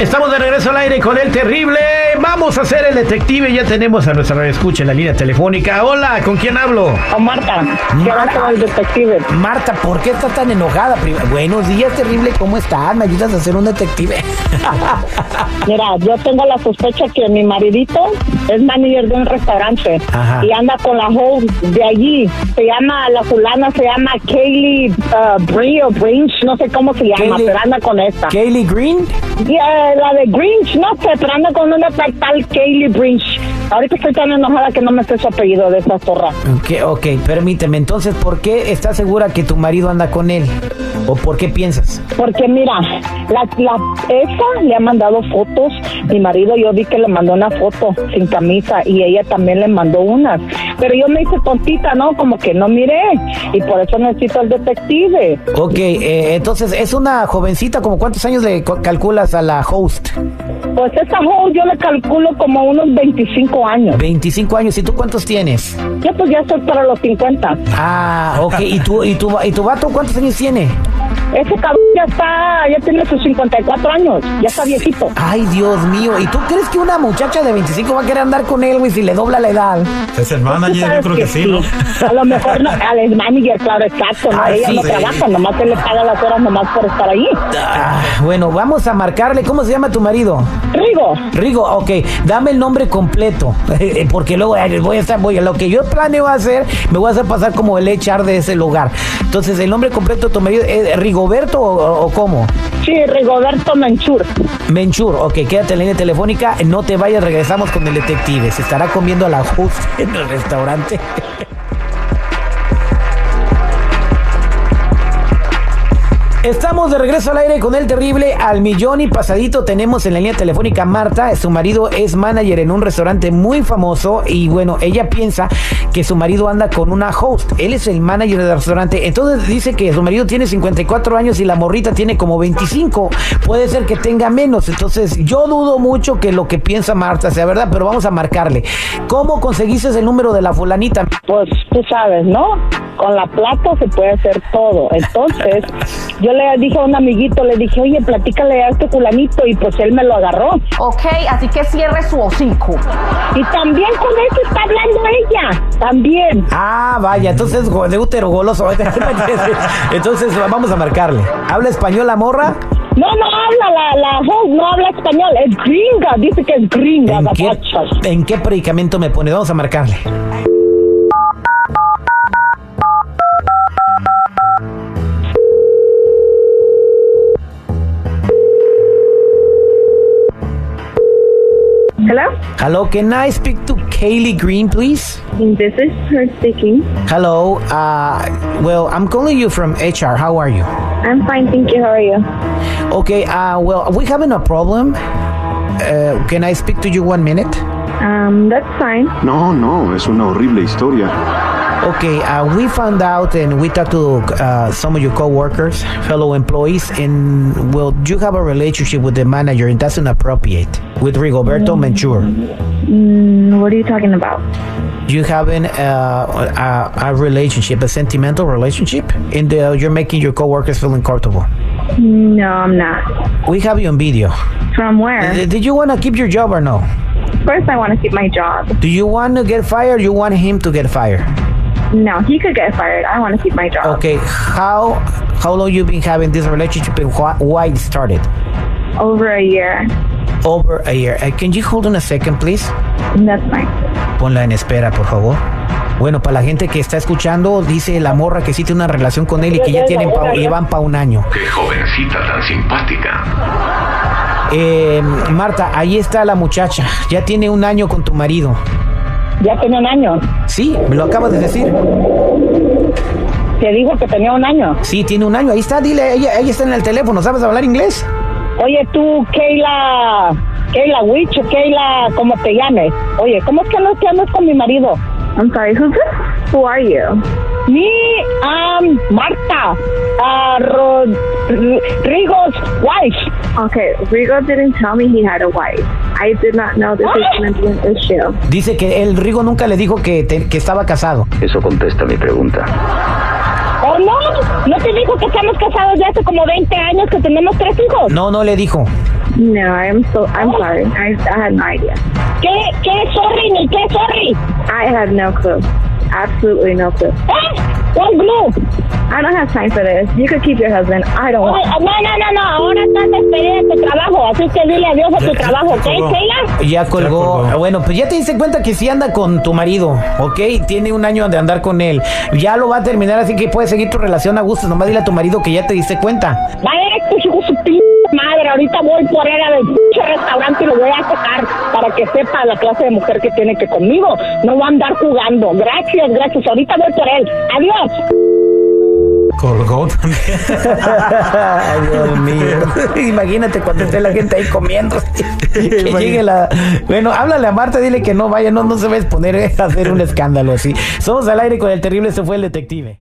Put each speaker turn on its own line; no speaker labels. Estamos de regreso al aire con el terrible. Vamos a ser el detective. Ya tenemos a nuestra radio escucha en la línea telefónica. Hola, ¿con quién hablo?
O Marta, que ahora
Marta.
con el detective.
Marta, ¿por qué está tan enojada? prima? Buenos días, terrible, ¿cómo estás? ¿Me ayudas a ser un detective?
Mira, yo tengo la sospecha que mi maridito es manager de un restaurante
Ajá.
y anda con la host de allí. Se llama, la fulana se llama Kaylee uh, Bree o Brinch, no sé cómo se llama,
Kaylee-
pero anda con esta.
Kaylee Green.
Y, eh, la de Grinch, no sé, pero anda con una tal tal Kaylee Grinch. Ahorita estoy tan enojada que no me sé su apellido de esa zorra.
Ok, ok, permíteme. Entonces, ¿por qué estás segura que tu marido anda con él? ¿O por qué piensas?
Porque mira, la, la esa le ha mandado fotos. Mi marido, yo vi que le mandó una foto sin camisa y ella también le mandó unas. Pero yo me hice tontita, ¿no? Como que no miré. Y por eso necesito al detective.
Ok, eh, entonces es una jovencita, ¿como cuántos años le co- calculas a la host?
Pues esa hoe yo le calculo como unos 25 años.
25 años, ¿y tú cuántos tienes?
Yo pues ya estoy para los 50.
Ah, ok, ¿y tú, y tu, y tu vato cuántos años tiene?
Ese cabrón ya está, ya tiene sus 54 años. Ya está viejito.
Ay, Dios mío, ¿y tú crees que una muchacha de 25 va a querer andar con él, güey, si le dobla la edad?
Es el
Tú
manager, yo
sabes
creo que sí, ¿no?
A lo mejor no, al manager, claro, exacto, ¿no?
Ah,
Ella
sí,
no
sí.
trabaja, nomás se le paga las horas nomás por estar ahí.
Ah, bueno, vamos a marcarle, ¿cómo se llama tu marido?
Rigo,
Rigo, ok, dame el nombre completo, eh, porque luego eh, voy a estar, voy a lo que yo planeo hacer, me voy a hacer pasar como el echar de ese lugar. Entonces, el nombre completo de tu marido es Rigoberto o, o cómo?
sí, Rigoberto Menchur.
Menchur, ok, quédate en la línea telefónica, no te vayas, regresamos con el detective, se estará comiendo a la host en el restaurante. Estamos de regreso al aire con el terrible al millón y pasadito. Tenemos en la línea telefónica a Marta. Su marido es manager en un restaurante muy famoso. Y bueno, ella piensa que su marido anda con una host. Él es el manager del restaurante. Entonces dice que su marido tiene 54 años y la morrita tiene como 25. Puede ser que tenga menos. Entonces yo dudo mucho que lo que piensa Marta sea verdad, pero vamos a marcarle. ¿Cómo conseguiste el número de la fulanita?
Pues tú sabes, ¿no? Con la plata se puede hacer todo. Entonces, yo le dije a un amiguito, le dije, oye, platícale a este culanito, y pues él me lo agarró.
Ok, así que cierre su hocico.
Y también con eso está hablando ella, también.
Ah, vaya, entonces go- de útero goloso. ¿eh? Entonces vamos a marcarle. ¿Habla español la morra?
No, no habla, la, la host no habla español, es gringa, dice que es gringa,
¿En
la
qué,
bacha.
¿En qué predicamento me pone? Vamos a marcarle.
Hello,
Hello, can I speak to Kaylee Green, please?
this is her speaking.
Hello, uh, well, I'm calling you from HR. How are you?
I'm fine, thank you. How are you?
Okay, uh, well, we having a problem. Uh, can I speak to you one minute?
Um, that's fine.
No, no, es una horrible historia.
Okay, uh, we found out and we talked to uh, some of your coworkers, fellow employees, and well, you have a relationship with the manager, and that's inappropriate with Rigoberto Menchur.
Mm, what are you talking about?
You having uh, a, a relationship, a sentimental relationship, and uh, you're making your coworkers feel uncomfortable.
No, I'm not.
We have you on video.
From where?
Did you want to keep your job or no?
First, I want to keep my job.
Do you want to get fired? You want him to get fired?
No, he could get fired. I want to keep my job.
Okay, how how long you been having this relationship and why, why it started?
Over a year.
Over a year. Uh, can you hold on a second, please?
That's fine.
Ponla en espera, por favor. Bueno, para la gente que está escuchando, dice la morra que sí tiene una relación con él y que ya tienen pa- llevan para un año.
Qué jovencita tan simpática.
Eh, Marta, ahí está la muchacha. Ya tiene un año con tu marido.
Ya tenía un año.
Sí, me lo acabas de decir.
Te digo que tenía un año.
Sí, tiene un año. Ahí está, dile, ella, ella está en el teléfono. ¿Sabes hablar inglés?
Oye, tú, Keila, Keila Witch o Keila, como te llames. Oye, ¿cómo es que no te andas con mi marido?
I'm sorry. Who's this? Who are you?
Mi, am, Marta, ah, Ro- R- Rigo's wife.
Okay, Rigo didn't tell me he had a wife. I did not know this was going to be an issue.
Dice que el Rigo nunca le dijo que, te- que estaba casado.
Eso contesta mi pregunta.
¿O no? ¿No te dijo que estamos casados ya hace como 20 años, que tenemos tres hijos?
No, no le dijo.
No, I'm so I'm sorry. I I had no idea.
¿Qué, qué sorry ni qué sorry?
I had no clue. Absolutely no clue.
¿Eh? ¿Cuál club?
I don't have time for this. You could keep your husband.
Oh.
I don't
Oye,
want.
No, no, no, no, ahora estás despedida de tu trabajo, así que dile adiós a tu trabajo, ¿ok, Sheila?
Ya colgó. Bueno, pues ya te diste cuenta que sí anda con tu marido, ¿ok? Tiene un año de andar con él. Ya lo va a terminar, así que puedes seguir tu relación a gusto. Nomás dile a tu marido que ya te diste cuenta.
Va a ver este hijo de su p madre, ahorita voy por él a del pinche restaurante y lo voy a sacar para que sepa la clase de mujer que tiene que conmigo. No va a andar jugando. Gracias, gracias. Ahorita voy por él. Adiós.
Colgó también. Ay, Dios mío. Imagínate cuando esté la gente ahí comiendo. Que llegue la. Bueno, háblale a Marta, eh, dile que no vaya, no, no se va a exponer a hacer un escándalo así. Somos al aire con el terrible, se fue el detective.